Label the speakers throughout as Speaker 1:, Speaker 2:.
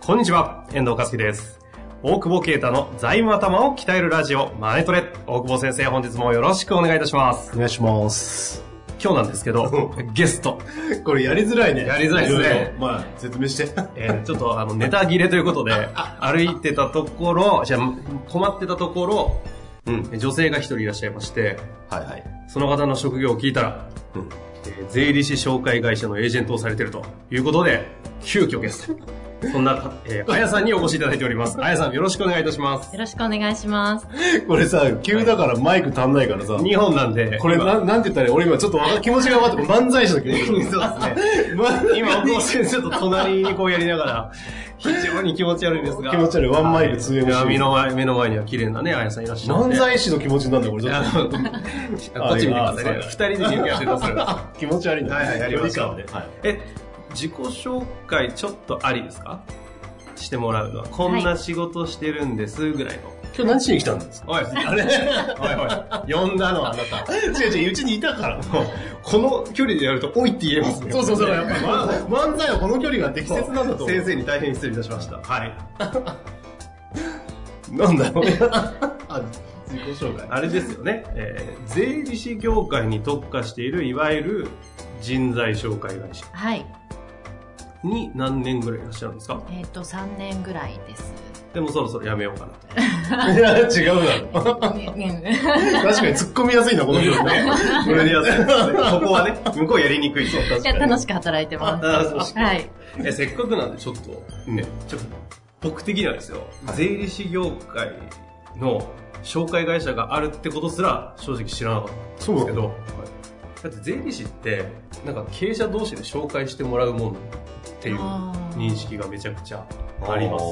Speaker 1: こんにちは、遠藤和樹です。大久保啓太の財務頭を鍛えるラジオ、マネトレ。大久保先生、本日もよろしくお願いいたします。
Speaker 2: お願いします。
Speaker 1: 今日なんですけ ど、ゲスト、
Speaker 2: これやりづらいね。
Speaker 1: やりづらいですね
Speaker 2: ろろまあ、説明して。
Speaker 1: えーちょっとあのネタ切れという ことで、歩いてたところ、じゃあ困ってたところ、うん、女性が一人いらっしゃいまして、
Speaker 2: はいはい。
Speaker 1: その方の職業を聞いたら、
Speaker 2: うん
Speaker 1: えー税理士紹介会社のエージェントをされているということで、急遽ゲスト。そんな、えー、あやさんにお越しいただいております。あやさん、よろしくお願いいたします。
Speaker 3: よろしくお願いします。
Speaker 2: これさ、急だからマイク足んないからさ、
Speaker 1: 2本なんで、
Speaker 2: これな、なんて言ったらいい俺今ちょっとわか気持ちが分かって、漫才師の気持ち
Speaker 1: そうですね。 今、お父さんちょっと隣にこうやりながら、非常に気持ち悪いですが。
Speaker 2: 気持ち悪いワンマイク 2MC
Speaker 1: いや目の前、目の前には綺麗なね、あやさんいらっしゃるん
Speaker 2: 漫
Speaker 1: で。
Speaker 2: 才師の気持ちになるんだ、これちょっ
Speaker 1: あのこっち見てくださいね。
Speaker 2: あ
Speaker 1: 二人で準備やってどうする
Speaker 2: と。気持ち悪いんだ。
Speaker 1: はいはいやりましょう
Speaker 2: 距離感ね。
Speaker 1: え、自己紹介ちょっとありですかしてもらうのは。こんな仕事してるんです、ぐらいの。
Speaker 2: 今日何しに来たんですか
Speaker 1: おい、あれおいおい、呼んだのはあなた。
Speaker 2: 違う違う、うちにいたから。
Speaker 1: この距離でやると、おいって言えますね。
Speaker 2: そうそうそう、やっぱ ま漫才はこの距離が適切なんだと思う。
Speaker 1: 先生に大変失礼いたしました。はい。
Speaker 2: なんだろう。 あ、自己紹介。
Speaker 1: あれですよね、えー税理士業界に特化しているいわゆる人材紹介会社
Speaker 3: はい。
Speaker 1: に何年ぐらいいらっしゃるんですか
Speaker 3: えっ、と、3年ぐらいです。
Speaker 1: でもそろそろやめようかなと。
Speaker 2: いや、違うだろ。
Speaker 3: い
Speaker 2: 確かに突っ込みやすいな、この人ね。
Speaker 1: これでやってるんですねここはね、向こうやりにくいと。
Speaker 3: や、 楽しく働いてま
Speaker 1: あそうです
Speaker 3: す。はい。
Speaker 1: えせっかくなんでちょっと、ね、ちょっと僕的にはですよ、税理士業界の紹介会社があるってことすら正直知らなかった。
Speaker 2: そう
Speaker 1: ですけど、だって税理士ってなんか経営者同士で紹介してもらうもんっていう
Speaker 3: あー
Speaker 1: 認識がめちゃくちゃあります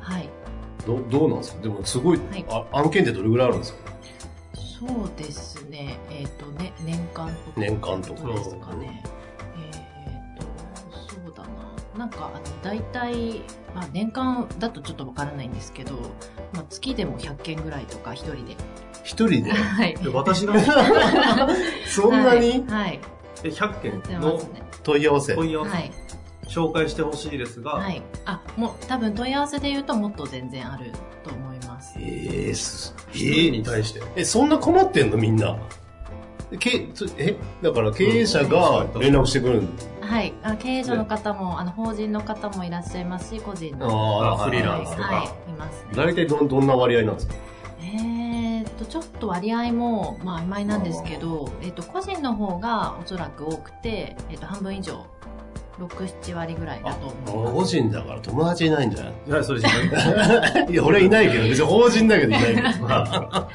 Speaker 3: はい。
Speaker 2: どどうなんですかでもすごい、
Speaker 3: はい
Speaker 2: あ案件ってどれぐらいあるんですか
Speaker 3: そうですね。えっ、と、ね、年間とか。
Speaker 2: 年間と
Speaker 3: ど
Speaker 2: か
Speaker 3: うですかね。えっ、と、そうだな。なんか、あの、大体、まあ、年間だとちょっとわからないんですけど、まあ、月でも100件ぐらいとか、一人で。
Speaker 2: 一人 で
Speaker 3: はい。
Speaker 1: で私の
Speaker 2: そんなに
Speaker 3: はい。はい
Speaker 1: え100
Speaker 3: やって
Speaker 1: 件
Speaker 3: ま
Speaker 1: の
Speaker 3: すね。
Speaker 2: 問い合わせ、
Speaker 1: 問い合わせ、
Speaker 3: はい。
Speaker 1: 紹介してほしいですが、
Speaker 3: はい。あ、もう、多分問い合わせで言うともっと全然あると思います。
Speaker 2: えーすえ
Speaker 1: 一人に
Speaker 2: ー
Speaker 1: 対して、
Speaker 2: えそんな困ってんのみんなけそえだから経営者が連絡してくるんだ、
Speaker 3: はい。あ経営者の方も、あの、法人の方もいらっしゃいますし、個人の。
Speaker 2: あ
Speaker 1: あ
Speaker 2: ー
Speaker 1: フリーランスとか
Speaker 3: はいはい、いますね。
Speaker 2: 大体どんどんな割合なんですか
Speaker 3: えーっと、ちょっと割合も、まあ、曖昧なんですけど、えーっと、個人の方がおそらく多くて、えーっと、半分以上、6、7割ぐらいだと思います。
Speaker 2: 個人だから友達いないんじゃない
Speaker 1: いやそれ自 分
Speaker 2: いや俺いないけど別に法人だけどいないけど
Speaker 3: は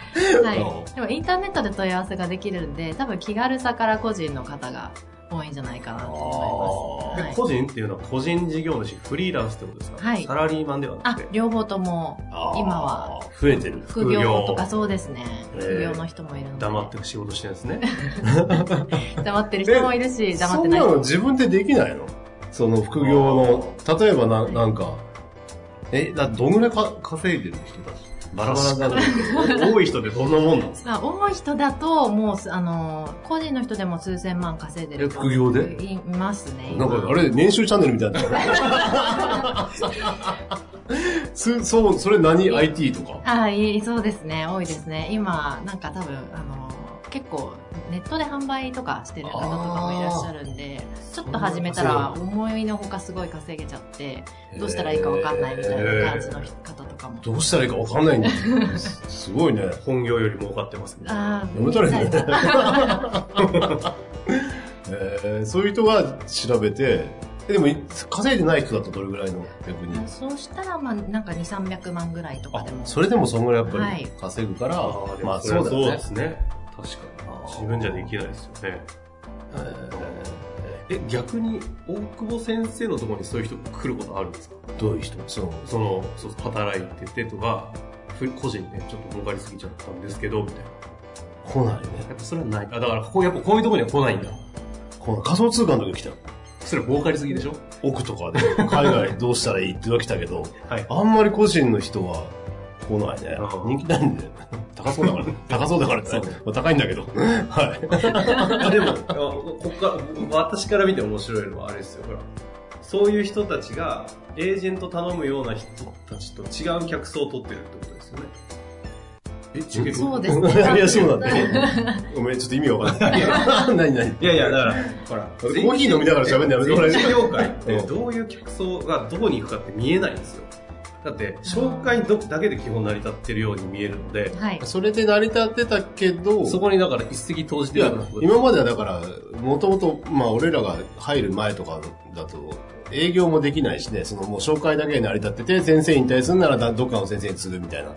Speaker 3: い。でも、インターネットで問い合わせができるんで、多分気軽さから個人の方が多いんじゃないかなと思います。
Speaker 1: で
Speaker 3: はい
Speaker 1: 個人っていうのは個人事業主フリーランスってことですか、
Speaker 3: はい
Speaker 1: サラリーマンではな
Speaker 3: あ
Speaker 1: くて、
Speaker 3: 両方とも
Speaker 2: あー
Speaker 3: 今は
Speaker 2: 増えてる
Speaker 3: 副業とかそうですね。副業の人もいるので。
Speaker 1: 黙って仕事してるんですね
Speaker 3: 黙ってる人もいるし、黙っ
Speaker 2: そ
Speaker 3: て
Speaker 2: ん
Speaker 3: ない
Speaker 2: な
Speaker 3: 人
Speaker 2: の
Speaker 3: も。
Speaker 2: 自分でできないのその副業の、例えばななんか、え、だどんぐらいか稼いでる人たちバラバラだな。
Speaker 1: 多い人でどんなもんなんです
Speaker 3: あ多い人だと、もうす、あのー、個人の人でも数千万稼いでる人
Speaker 2: え副業で
Speaker 3: いますね。
Speaker 2: なん
Speaker 3: 今
Speaker 2: か、あれ、年収チャンネルみたいな。 すそう、それ何 ?IT とか。
Speaker 3: あいいそうですね。多いですね。今、なんか多分、あのー、結構、ネットで販売とかしてる方とかもいらっしゃるんで、ちょっと始めたら、思いのほかすごい稼げちゃって、どうしたらいいかわかんないみたいな感じの方とかも。
Speaker 2: どうしたらいいかわかんないんだよす すごいね。
Speaker 1: 本業より儲かってますね
Speaker 3: あー
Speaker 2: やめたらいいんだ
Speaker 3: ね
Speaker 2: よ。 えーそういう人が調べて、えでも、い稼いでない人だとどれぐらいの逆に。
Speaker 3: そうしたら、まあ、なんか2、300万ぐらいとか
Speaker 2: あ
Speaker 3: でも。
Speaker 2: それでもそんぐらいやっぱ
Speaker 3: はい
Speaker 2: り稼ぐから、
Speaker 1: あーで
Speaker 2: ま
Speaker 1: も
Speaker 2: あ
Speaker 1: それは
Speaker 2: そうだ
Speaker 1: そう
Speaker 2: よね
Speaker 1: で。すね確かに自分じゃできないですよね
Speaker 2: えー
Speaker 1: え、逆に、大久保先生のところにそういう人来ることあるんですか
Speaker 2: どういう人その
Speaker 1: その、そう働いててとか、ふ個人でちょっと儲かりすぎちゃったんですけど、みたいな。
Speaker 2: 来ないね。
Speaker 1: やっぱそれはない。あ、だから、ここ、やっぱこういうところには来ないんだ。
Speaker 2: 来ない仮想通貨の時来たの
Speaker 1: それ儲かりすぎでしょ
Speaker 2: 奥とかで海外どうしたらいいっては来たけど、
Speaker 1: はい
Speaker 2: あんまり個人の人は来ないね
Speaker 1: あ。ー
Speaker 2: 人気ないんで。高そうだから、 高そうだからって、
Speaker 1: そう
Speaker 2: まあ、高いんだけど。 はい。
Speaker 1: でも、 あここから、私から見て面白いのはあれですよ、ほら。そういう人たちが、エージェント頼むような人たちと違う客層を取ってるってことですよね。え、違う。
Speaker 3: そうですね
Speaker 2: いや、そうなんだ ね。ごめん、ちょっと意味わかんない。何何
Speaker 1: いやいや、だから、ほら、
Speaker 2: コーヒー飲みながら喋るのやめてもらえ
Speaker 1: 全
Speaker 2: る
Speaker 1: 然業界って
Speaker 2: うん
Speaker 1: どういう客層がどこに行くかって見えないんですよ。だって、紹介どだけで基本成り立ってるように見えるので、
Speaker 3: はい。
Speaker 2: それで成り立ってたけど、
Speaker 1: そこにだから一石投じ
Speaker 2: い
Speaker 1: てる
Speaker 2: や
Speaker 1: ようなこと、
Speaker 2: 今まではだから、もともと、まあ、俺らが入る前とかだと、営業もできないしね、そのもう紹介だけで成り立ってて、先生に対するならだどっかの先生に継ぐみたいな。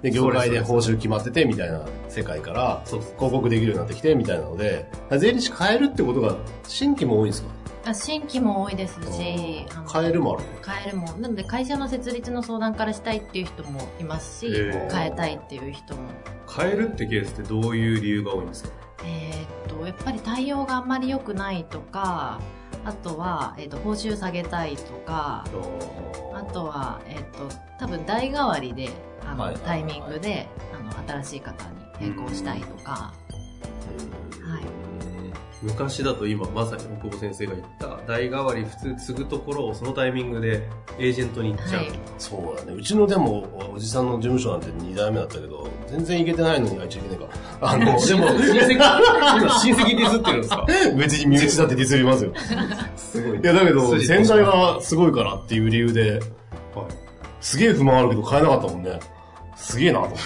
Speaker 2: で、業界で報酬決まっててみたいな世界から、
Speaker 1: そうです。
Speaker 2: 広告できるようになってきてみたいなので、税理士変えるってことが、新規も多いんですか
Speaker 3: あ新規も多いですし、あの
Speaker 2: 変えるもあるね。
Speaker 3: 変えるもなので会社の設立の相談からしたいっていう人もいますし、
Speaker 1: へー
Speaker 3: 変えたいっていう人も
Speaker 1: 変えるってケースってどういう理由が多いんですか
Speaker 3: えーっとやっぱり対応があんまり良くないとかあとは、えーっと報酬下げたいとかあとは、えーっと多分代替わりであの、
Speaker 2: はいはいはい
Speaker 3: タイミングであの新しい方に変更したいとか、はい
Speaker 1: 昔だと今まさに大久保先生が言った代替わり普通継ぐところをそのタイミングでエージェントに行っちゃう、
Speaker 3: はい
Speaker 2: そうだね。うちのでも、おじさんの事務所なんて2代目だったけど、全然行けてないのに、あ、いつ行けねえか。あの、でも、
Speaker 1: 親戚今親戚ディスってるんですか
Speaker 2: 別に身内だってディスりますよ。
Speaker 1: すごい
Speaker 2: いや、だ けど、
Speaker 1: 筋通し
Speaker 2: 先代がすごいからっていう理由で、
Speaker 1: はい
Speaker 2: すげえ不満あるけど買えなかったもんね。すげえなと思 っ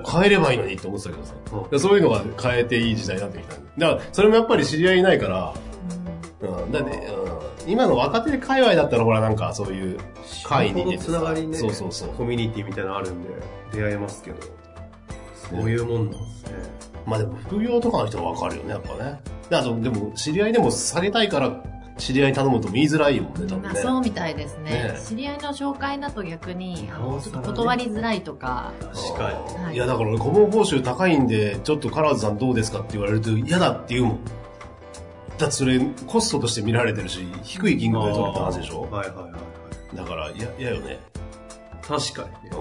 Speaker 2: て。買えればいいのにって思ってたけどさ。
Speaker 1: うん
Speaker 2: でそういうのが変えていい時代になってきたんでだから、それもやっぱり知り合いいないから、うん、だって、うん、今の若手界隈だったらほらなんかそういう会に出て
Speaker 1: つながりね
Speaker 2: そうそうそう。
Speaker 1: コミュニティみたいなのあるんで出会えますけどそういうもんなんですね
Speaker 2: まあでも副業とかの人はわかるよね、やっぱね。であと、でも知り合いでも下げたいから知り合いに頼むとも言いづらいよね、多
Speaker 3: ま
Speaker 2: 分
Speaker 3: あ、
Speaker 2: ね。
Speaker 3: そうみたいですね
Speaker 2: ね
Speaker 3: 知り合いの紹介だと逆にあ
Speaker 1: なお
Speaker 3: のち
Speaker 1: さ
Speaker 3: ょ
Speaker 1: ら
Speaker 3: っ
Speaker 1: ね
Speaker 3: と断りづらいとか
Speaker 1: 確かに
Speaker 3: はい
Speaker 2: いや、だから俺、顧問報酬高いんで、ちょっとカラーズさんどうですかって言われると嫌だって言うもん。だってそれ、コストとして見られてるし、低い金額で取れた話でしょ
Speaker 1: はいはいはいはい
Speaker 2: だから、いや、嫌よね。
Speaker 1: 確かにね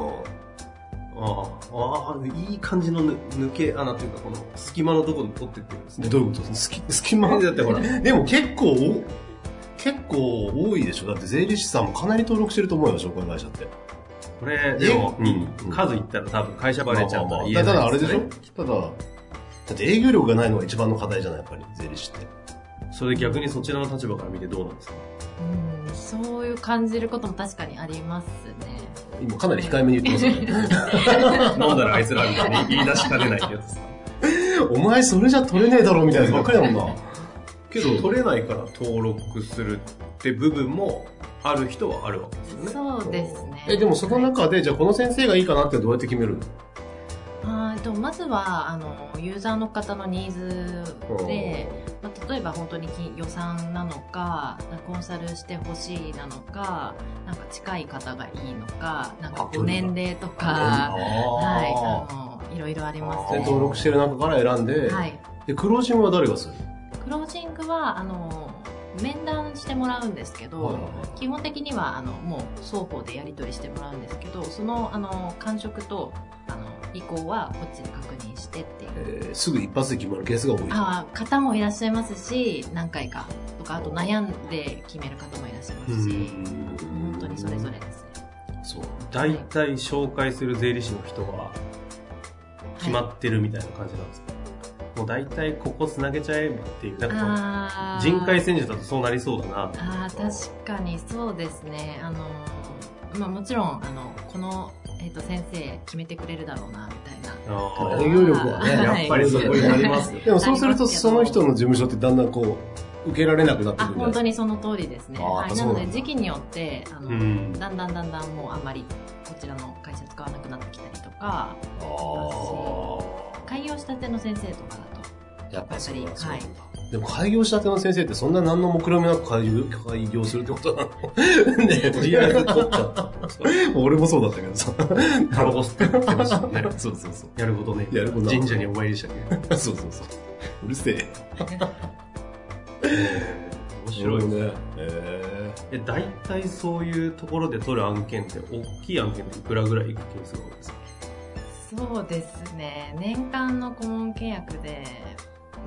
Speaker 1: ああああいい感じのぬ抜け穴というかこの隙間のところに取ってってるんです
Speaker 2: で、
Speaker 1: ね
Speaker 2: どういうこと隙隙間
Speaker 1: だってほら
Speaker 2: でも結構お、結構多いでしょだって税理士さんもかなり登録してると思うよ、紹介会社って。
Speaker 1: これでも、
Speaker 2: うん
Speaker 1: 数いったら多分会社バレちゃうから言えな
Speaker 2: ま
Speaker 1: い
Speaker 2: あまあまあただ、あれ
Speaker 1: す
Speaker 2: でし
Speaker 1: ね
Speaker 2: ょただ、だって営業力がないのが一番の課題じゃない、やっぱり、税理士って。
Speaker 1: それ逆にそちらの立場から見てどうなんです か
Speaker 3: うんそういう感じることも確かにありますね
Speaker 2: 今かなり控えめに言ってますよね。
Speaker 1: 飲んだらあいつらみたいに言い出しか出ないってやつですか
Speaker 2: お前それじゃ取れねえだろみたいなやつばっかりだもんな。
Speaker 1: けど取れないから登録するって部分もある人はあるわけですよね
Speaker 3: そうですね
Speaker 2: え、でもその
Speaker 3: はい
Speaker 2: 中で、じゃあこの先生がいいかなってどうやって決めるの
Speaker 3: あーえっとまずはあのユーザーの方のニーズで、まあ、例えば本当に金予算なのかコンサルしてほしいなのかなんか近い方がいいのかなんか
Speaker 2: あ
Speaker 3: ご年齢と
Speaker 2: あ
Speaker 3: かはい
Speaker 2: あ
Speaker 3: あのいろいろあります
Speaker 2: ー。で
Speaker 3: ね
Speaker 2: 登録してる中から選んで、
Speaker 3: はい、
Speaker 2: で、クロージングは誰がする
Speaker 3: クロージングはあの面談してもらうんですけど、基本的にはあのもう双方でやり取りしてもらうんですけどそのあの感触とあの意向はこっちで確認してっていう
Speaker 2: えーすぐ一発で決まるケースが多い。
Speaker 3: あー方もいらっしゃいますし何回かとかあと悩んで決める方もいらっしゃいますし本当にそれぞれですね
Speaker 2: そう。
Speaker 1: 大体紹介する税理士の人は決ま
Speaker 3: っ
Speaker 1: ってるみたいな感じなんですか、もう大体ここつなげちゃえばっていうなんかこう
Speaker 3: あー
Speaker 1: 人海戦術だとそうなりそうだな
Speaker 3: あー確かにそうですねあのーまあもちろんあのこの、えー、と先生決めてくれるだろうなみたいな
Speaker 1: あ
Speaker 2: 営業力はね、
Speaker 3: はい
Speaker 1: やっぱりそこになりますよ
Speaker 2: でもそうする
Speaker 3: ありま
Speaker 2: と、
Speaker 3: すけど
Speaker 2: その人の事務所ってだんだんこう、受けられなくなって
Speaker 3: あ
Speaker 2: くるじゃな
Speaker 3: 本
Speaker 2: い
Speaker 3: 当にその通りですね、
Speaker 2: あー
Speaker 3: はい、
Speaker 2: そ
Speaker 3: な
Speaker 2: うなん
Speaker 3: の
Speaker 2: だ
Speaker 3: で時期によってあの、
Speaker 1: うん
Speaker 3: だんだんだんだんもうあんまりこちらの会社使わなくなってきたりとか
Speaker 2: あ
Speaker 3: 開業したての先生とかだと
Speaker 2: あー。やっぱりそうなんだ
Speaker 3: はい
Speaker 2: そうなんだでも開業したての先生ってそんな何の目論みなく開業開業するってことなのねえとりあえず取っちゃった。俺もそうだったけどさ。
Speaker 1: タバコ吸ってましたね。
Speaker 2: そうそうそう。
Speaker 1: やることね。
Speaker 2: やること
Speaker 1: 神社にお参りしたけど。
Speaker 2: そうそうそう。うるせえ。
Speaker 1: 面白いね。
Speaker 2: ね。え
Speaker 1: え、大体そういうところで取る案件って、大きい案件っていくらぐらいいくケースが多いですか
Speaker 3: そうですね年間の顧問契約で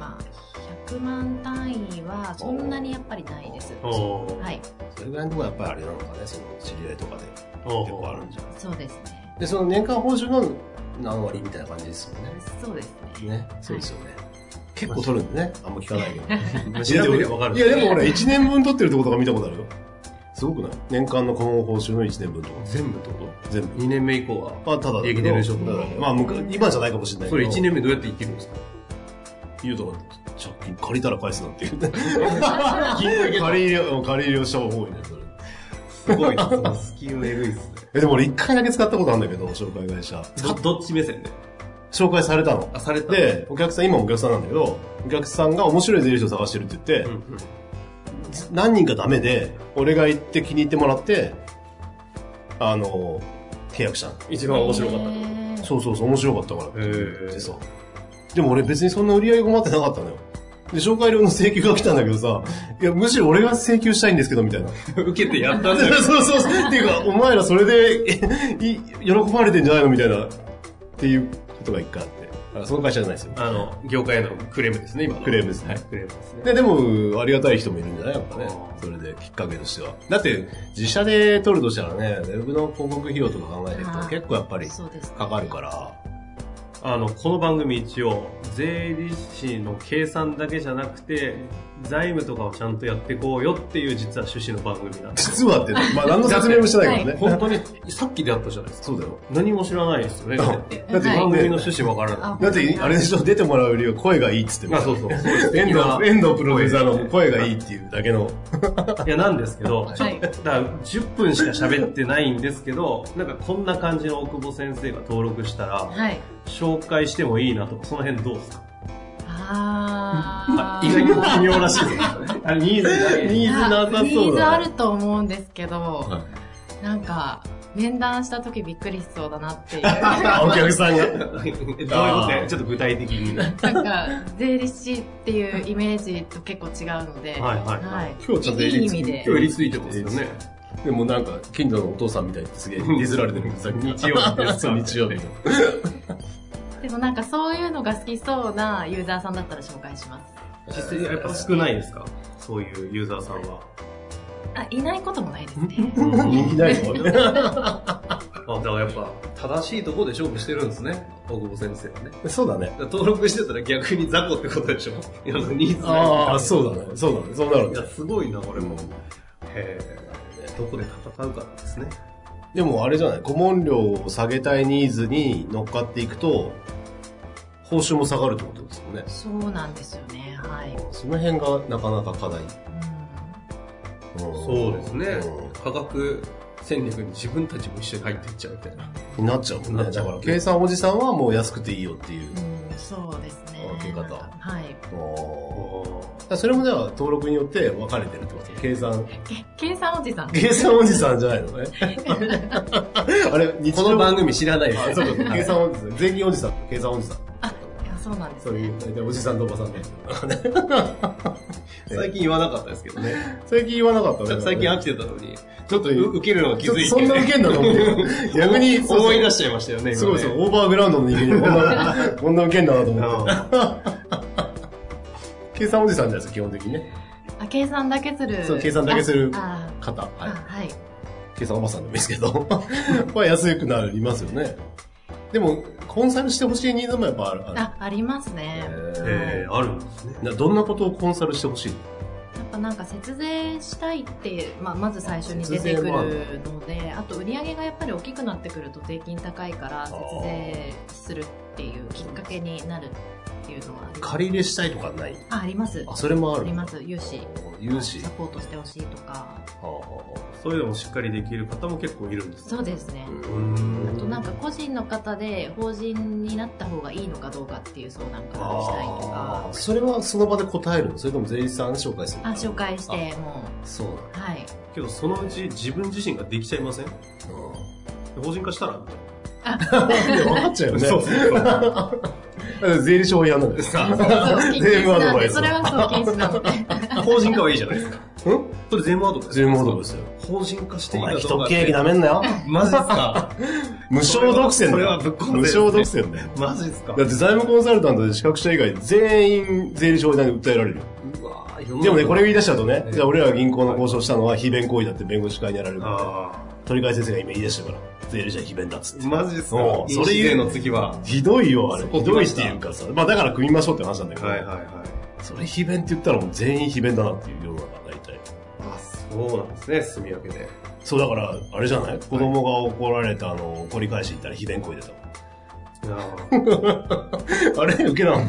Speaker 3: まあ100万単位はそんなにやっぱりないです
Speaker 1: おー
Speaker 3: はい
Speaker 2: ーそれぐらいのとこはやっぱりあれなのかね、その知り合いとかで結構あるんじゃない
Speaker 3: そうですね
Speaker 2: で、その年間報酬の何割みたいな感じですよね。
Speaker 3: そうですね
Speaker 2: ね。そうですよね。結構取るんだね。あんま聞かないけ ど。
Speaker 1: 調べりゃわかる。
Speaker 2: いや、でも俺、1年分取ってるってことが見たことあるよ。すごくない年間の顧問報酬の1年分とか。
Speaker 1: 全部ってこと
Speaker 2: 全部。
Speaker 1: ?2 年目以降は。
Speaker 2: まあ、ただだけ
Speaker 1: 駅
Speaker 2: ど
Speaker 1: 伝でしょ
Speaker 2: ただだけどまあ、むか今じゃないかもしれないけ
Speaker 1: そ
Speaker 2: ど。
Speaker 1: れ1年目どうやって生きるんですか
Speaker 2: 言うと、借金借りたら返すなんて言う ね。借り入れ、借り入れをした方が多いね、それ。
Speaker 1: すごいな、そのスキームエグいっすね。
Speaker 2: え、でも俺1回だけ使ったことあるんだけど、紹介会社。
Speaker 1: ど どっち目線で
Speaker 2: 紹介されたの。
Speaker 1: あ、された、
Speaker 2: で、お客さん、今お客さんなんだけど、お客さんが面白い税理士を探してるって言って、
Speaker 1: うんうん、
Speaker 2: 何人かダメで、俺が行って気に入ってもらって、あの、契約したの。
Speaker 1: 一番 面白かった
Speaker 3: へ
Speaker 1: の。
Speaker 3: ー
Speaker 2: そうそうそう、面白かったから。
Speaker 1: へー
Speaker 2: でさ。でも俺別にそんな売り上げ困ってなかったのよ。で、紹介料の請求が来たんだけどさ、いや、むしろ俺が請求したいんですけど、みたいな。
Speaker 1: 受けてやったんだよ。
Speaker 2: そうそうそう。っていうか、お前らそれで、 えい喜ばれてんじゃないのみたいな。っていうことが一回あって。あその会社じゃないですよ。
Speaker 1: あの、業界へのクレームですね、今の。
Speaker 2: クレームです
Speaker 1: はい、クレームですね。
Speaker 2: で、でも、ありがたい人もいるんじゃないやっぱね。それで、きっかけとしては。だって、自社で撮るとしたらね、ウェブの広告費用とか考えてる
Speaker 3: は
Speaker 2: と
Speaker 3: い
Speaker 2: 結構やっぱり
Speaker 3: そうですね
Speaker 2: かかるから。
Speaker 1: あの、この番組一応、税理士の計算だけじゃなくて、財務とかをちゃんとやってこうよっていう実は趣旨の番組なんです。
Speaker 2: 実はって、まあ 何の説明もしてないからね。
Speaker 1: 本当に、さっき出会ったじゃないですか。
Speaker 2: そうだよ。
Speaker 1: 何も知らないですよね。 だって
Speaker 2: だって、
Speaker 3: はい
Speaker 1: 番組の
Speaker 2: ね
Speaker 1: 趣旨わからない。
Speaker 2: だって、あれでしょ、出てもらうよりは声がいいっつってる
Speaker 1: あ、そう そう。
Speaker 2: 遠
Speaker 1: 今
Speaker 2: 藤、遠藤プロデューサーの声がいいっていうだけの。
Speaker 1: いや、なんですけど、
Speaker 3: い
Speaker 1: ちょっと、だから10分しか喋ってないんですけど、 なんかこんな感じの大久保先生が登録したら、
Speaker 3: はい
Speaker 1: 紹介してもいいなとか、その辺どうですか
Speaker 3: あー
Speaker 1: 意外に微妙らしいです。 あニーズない
Speaker 2: ニーズなさ
Speaker 3: ニ
Speaker 2: そう
Speaker 3: ーズ
Speaker 2: だ
Speaker 3: あ
Speaker 2: ね
Speaker 3: る。と思うんですけど、
Speaker 2: は
Speaker 3: なんか面談した時びっくりしそうだなっていう
Speaker 2: あお客さんが。
Speaker 1: どういうことねちょっと具体的に。はい
Speaker 3: なんか税理士っていうイメージと結構違うので、
Speaker 1: はいは。
Speaker 3: はいい
Speaker 2: 今日ちょっと襟つ
Speaker 3: いい意味
Speaker 2: き
Speaker 3: で
Speaker 1: 今日リツイートですよね。
Speaker 2: でもなんか、近所のお父さんみたいってすげえディズられてるんです よ。
Speaker 1: 日曜日です
Speaker 2: そう日曜日。
Speaker 3: でもなんかそういうのが好きそうなユーザーさんだったら紹介します
Speaker 1: 実際やっぱ少ないですかそういうユーザーさんは。
Speaker 3: あいないこともないです ね
Speaker 2: 人気ないの
Speaker 1: あ、だからやっぱ正しいところで勝負してるんですね。大久保先生はね。
Speaker 2: そうだね
Speaker 1: だ。から登録してたら逆に雑魚ってことでしょいや、ニーズない。
Speaker 2: ああ、そうだね。そうだね。そうなる
Speaker 1: い
Speaker 2: ね
Speaker 1: や、すごいな、これも。
Speaker 2: うん
Speaker 1: へえ。どこで戦うかなんですね。
Speaker 2: でもあれじゃない顧問料を下げたいニーズに乗っかっていくと、報酬も下がるってことですよね。
Speaker 3: そうなんですよねはい、
Speaker 2: その辺がなかなか課題。
Speaker 1: そ
Speaker 2: そう
Speaker 1: ですね。価格戦略に自分たちも一緒に入っていっちゃうみたい な。
Speaker 2: になっちゃうもん
Speaker 1: な
Speaker 2: ね。
Speaker 1: っちゃ
Speaker 2: だ
Speaker 1: う
Speaker 2: から、計算おじさんはもう安くていいよっていう。
Speaker 3: うん、うん、そうですね
Speaker 2: あ受け方
Speaker 3: なんかはい
Speaker 2: おーだからそれもでは登録によって分かれてるってこと計算。
Speaker 3: け計算おじさん
Speaker 2: 計算おじさんじゃないの ね。あれ、日
Speaker 1: この番組知らないで
Speaker 2: あ
Speaker 1: す
Speaker 2: そうか、計算おじさん。税金おじさん、計算おじさん。
Speaker 3: いやそうなんです
Speaker 2: そう
Speaker 3: ね
Speaker 2: いう、大体おじさんとおばさんね。
Speaker 1: 最近言わなかったですけどね。
Speaker 2: 最近言わなかったね。
Speaker 1: 最近飽きてたのに、
Speaker 2: ちょっと、
Speaker 1: 受けるのが気
Speaker 2: ちょっ
Speaker 1: づ
Speaker 2: と
Speaker 1: いて。
Speaker 2: そんな受けんだと思って。逆に、
Speaker 1: 思い出
Speaker 2: し
Speaker 1: しちゃいましたよね、
Speaker 2: すごい
Speaker 1: 今
Speaker 2: そう、
Speaker 1: ね
Speaker 2: オーバーグラウンドの人間にこんな、こんな受けんだなと思って。
Speaker 1: う
Speaker 2: 計算おじさんじゃないですか、基本的にね。
Speaker 3: あ計算だけする
Speaker 2: そう計算だけする
Speaker 3: あ
Speaker 2: 方。
Speaker 3: あ
Speaker 2: はい。
Speaker 3: あはい
Speaker 2: 計算おばさんでもいいですけど。まあ、安くなりますよね。でも、コンサルしてほしいニーズもやっぱある。ある
Speaker 3: あありますね、
Speaker 1: ん
Speaker 2: へ
Speaker 1: えーあるんですね。
Speaker 2: ーなどんなことをコンサルしてほしい
Speaker 3: やっぱなんか節税したいって、まあ、まず最初に出てくるのであと売り上げがやっぱり大きくなってくると税金高いから節税するっていうきっかけになるってっていうのはあります
Speaker 2: 借り入れしたいとかない
Speaker 3: ああります
Speaker 2: あ、それもあ
Speaker 3: あ
Speaker 2: る
Speaker 3: ります融資
Speaker 2: 融資。
Speaker 3: サポートしてほしいとか
Speaker 2: はあは
Speaker 1: そういうのもしっかりできる方も結構いるんです
Speaker 3: そうですね
Speaker 2: あはあ
Speaker 1: うん
Speaker 3: あとなんか個人の方で法人になった方がいいのかどうかっていう相談からしたいと
Speaker 2: あ
Speaker 3: か
Speaker 2: ーそれはその場で答えるのそれとも税理士さん紹介する
Speaker 3: あ紹介しても
Speaker 2: そうなんだ
Speaker 3: うはい
Speaker 1: けどそのうち自分自身ができちゃいません法人化したら みたい
Speaker 2: うんいや分かっちゃうよ
Speaker 1: な
Speaker 2: ね。だから税理士法違反なんですか
Speaker 3: そう禁
Speaker 2: 税務
Speaker 3: 止
Speaker 2: ア
Speaker 3: な
Speaker 2: ド
Speaker 3: ん
Speaker 2: バ
Speaker 3: で
Speaker 2: イス。
Speaker 3: それはそう禁止なので
Speaker 1: 法人化はいいじゃないですか
Speaker 2: うん
Speaker 1: それ全部アドバイス
Speaker 2: 税務アドバイスよ。
Speaker 1: 法人化して
Speaker 2: お
Speaker 1: いい
Speaker 2: 前、
Speaker 1: か
Speaker 2: 人
Speaker 1: どうか
Speaker 2: っ
Speaker 1: って
Speaker 2: きりなめんなよ。
Speaker 1: マジっすか
Speaker 2: 無償独占だよ
Speaker 1: それはぶっ込んでる
Speaker 2: 無償独占だよ。
Speaker 1: マジっすか
Speaker 2: だって財務コンサルタントで資格者以外全員税理士法違反で訴えられるよ。
Speaker 1: うわーいろんな
Speaker 2: でもね、これを言い出しちゃうとね
Speaker 1: え、え
Speaker 2: じゃあ俺らが銀行の交渉したのは非弁行為だって弁護士会にやられるから、
Speaker 1: あ
Speaker 2: 鳥海先生が今言い出したから、税理士は非弁だっつって
Speaker 1: あ。マジっすか
Speaker 2: おう
Speaker 1: それ以外の次は
Speaker 2: ひどいよ、あれ。
Speaker 1: そこ
Speaker 2: ひ
Speaker 1: 来
Speaker 2: ど
Speaker 1: ま
Speaker 2: いっ
Speaker 1: してた
Speaker 2: いうかさ、まあだから組みましょうって話なんだけど、
Speaker 1: はいはいはい
Speaker 2: それ非弁って言ったらもう全員非弁だなっていう世の中大体。
Speaker 1: あそうなんですね住み分けで
Speaker 2: そうだから、あれじゃない子供が怒られたあの、怒り返し行ったら非弁行為出た。 あれ受けなかっ
Speaker 1: うん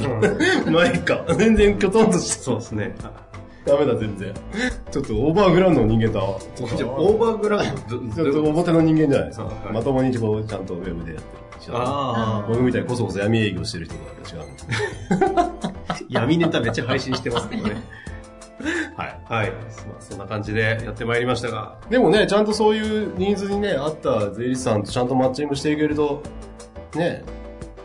Speaker 2: た。 ないか。全然きょとんとして。
Speaker 1: そうです ね
Speaker 2: ダメだ、全然。ちょっとオーバーグラウンドの人間とは、ちょっ
Speaker 1: じゃあ
Speaker 2: と
Speaker 1: オーバーグラウンドど
Speaker 2: ち
Speaker 1: ど
Speaker 2: ょっ
Speaker 1: うい
Speaker 2: と
Speaker 1: うこ
Speaker 2: 表の人間じゃないですか。
Speaker 1: はい
Speaker 2: まともにこうちゃんとウェブでやってる人。
Speaker 1: とあ
Speaker 2: 僕みたいにこそこそ闇営業してる人とは違うんで。
Speaker 1: あ闇ネタめっちゃ配信してますけどね
Speaker 2: はい。
Speaker 1: はい、まあ、そんな感じでやってまいりましたが
Speaker 2: でもね、ちゃんとそういうニーズにね、合った税理士さんとちゃんとマッチングしていけると、ね、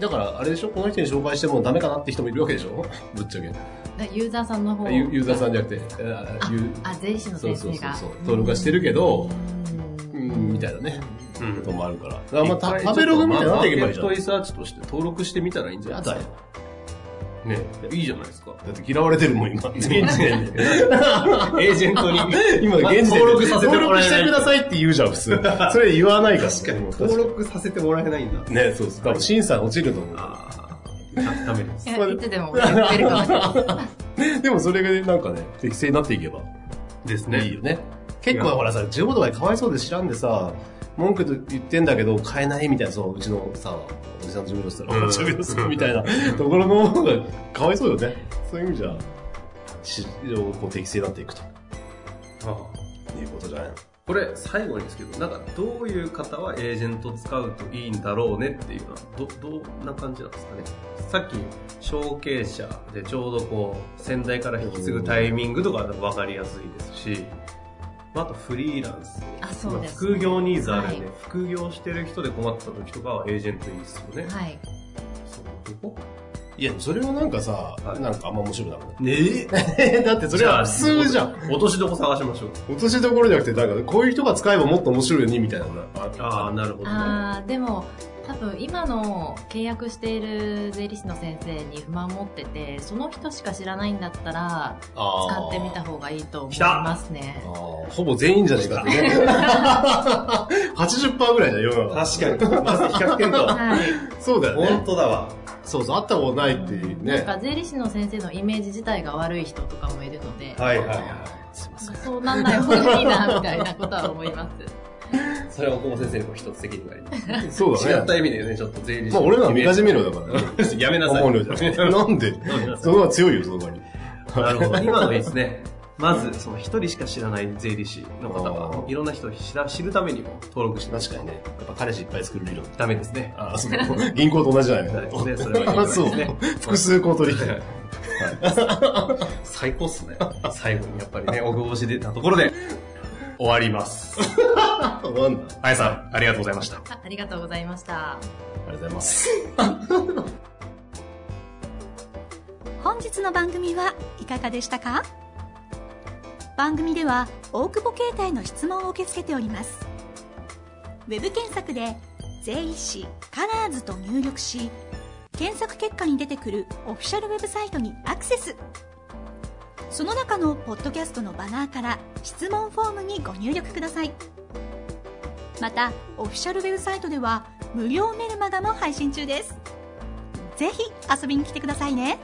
Speaker 2: だからあれでしょこの人に紹介してもダメかなって人もいるわけでしょぶっちゃけ。
Speaker 3: ユーザーさんの方
Speaker 2: ユユーザーさんじゃなくて、あユー
Speaker 3: あ税理士の先生
Speaker 2: そうそう
Speaker 3: が
Speaker 2: そうそう登録はしてるけど
Speaker 3: うん
Speaker 2: うんみたいなね、
Speaker 1: うん
Speaker 2: こともあるから。だからまあ、
Speaker 1: いっぱ
Speaker 2: た
Speaker 1: い
Speaker 2: 食べログみたいになっていけばいいじゃん。
Speaker 1: マーケットリサーチとして登録してみたらいいんじゃないですか
Speaker 2: や
Speaker 1: ねいいじゃないですか
Speaker 2: だって嫌われてるも ん、今。現時点
Speaker 1: エ
Speaker 2: で。
Speaker 1: ージェントに
Speaker 2: 今、現時点で。
Speaker 1: 登録させてもらえない
Speaker 2: 登録してくださいって言うじゃん、普通。それ言わないから。
Speaker 1: 登録させてもらえないんだ
Speaker 2: ね、そうそう。多分審査落ちると思う。
Speaker 1: ああダメです
Speaker 3: いやいつでも言ってるかもし れない
Speaker 2: でもそれがなんかね、適正になっていけば
Speaker 1: ですね
Speaker 2: いいよね。結構ほらさ、地方とかでかわいそうで知らんでさ、文句と言ってんだけど買えないみたいな、そう、うちのさ、おじさんの事務所したら、
Speaker 1: うん
Speaker 2: おじさんの事務所みたいなところの方がかわいそうよね。そういう意味じゃ、市場をこう適正になっていくと
Speaker 1: ああ
Speaker 2: いうことじゃないの。
Speaker 1: これ最後にですけどなんかどういう方はエージェント使うといいんだろうねっていうのはどどんな感じなんですかねさっき証券者でちょうどこう先代から引き継ぐタイミングとか分かりやすいですしあとフリーランス
Speaker 3: あそうですね
Speaker 1: 副業ニーズあるんで、副業してる人で困った時とかはエージェントいいですよね、
Speaker 3: はいはい
Speaker 1: そのどこ
Speaker 2: いや、それはなんかさ、
Speaker 1: はい
Speaker 2: なんかあんま面白くなく
Speaker 1: ねえ
Speaker 2: ない。 だってそれは普通じゃん。
Speaker 1: 落としどこ探しましょう
Speaker 2: 落としどころじゃなくて、なんかこういう人が使えばもっと面白いよね、みたいなのがあ
Speaker 1: ああなるほどね
Speaker 3: あーでも多分今の契約している税理士の先生に不満を持っててその人しか知らないんだったら使ってみた方がいいと思いますね
Speaker 2: あーほぼ全員じゃないかってね。80%ぐらいじゃん、世の中。
Speaker 1: 確かにまず100点と
Speaker 3: はい
Speaker 2: そうだよ
Speaker 1: 本
Speaker 2: ね。
Speaker 1: 当だわ
Speaker 2: そうそう、会ったことないっていう
Speaker 3: なん
Speaker 2: ね。
Speaker 3: か税理士の先生のイメージ自体が悪い人とかもいるので、
Speaker 1: はいはいはい
Speaker 2: すいません。
Speaker 3: そうなんない方がいいなみたいなことは思います
Speaker 1: それは岡本先生にも一つ責任があります。
Speaker 2: そう
Speaker 1: 違
Speaker 2: だ
Speaker 1: った
Speaker 2: ね。
Speaker 1: 意味でね、ちょっと税理士。
Speaker 2: まあ俺らは見かじめろだから。
Speaker 1: やめなさい。
Speaker 2: 思う量じゃ なくてなんでその方が強いよ、その場に。
Speaker 1: なるほ ど。今のいいですね。まず、その一人しか知らない税理士の方は
Speaker 2: あ、ー
Speaker 1: いろんな人を知ら知るためにも登録して
Speaker 2: 確かにね。やっぱ彼氏いっぱい作る理論。
Speaker 1: ダメですね。
Speaker 2: ああ、そう。銀行と同じじゃな
Speaker 1: ダ
Speaker 2: い
Speaker 1: メです
Speaker 2: の
Speaker 1: ね。それはいい
Speaker 2: あ
Speaker 1: です
Speaker 2: そう
Speaker 1: ね。。
Speaker 2: 複数公取引。
Speaker 1: 最高っすね。最後にやっぱりね、奥越し出たところで、終わります。
Speaker 2: 終わんな
Speaker 1: あやさん、ありがとうございました。
Speaker 3: あありがとうございました
Speaker 2: ありがとうございます。
Speaker 4: 本日の番組はいかがでしたか番組では大久保携帯の質問を受け付けておりますウェブ検索で「税理士カラーズと入力し検索結果に出てくるオフィシャルウェブサイトにアクセスその中のポッドキャストのバナーから質問フォームにご入力くださいまたオフィシャルウェブサイトでは無料メルマガも配信中ですぜひ遊びに来てくださいね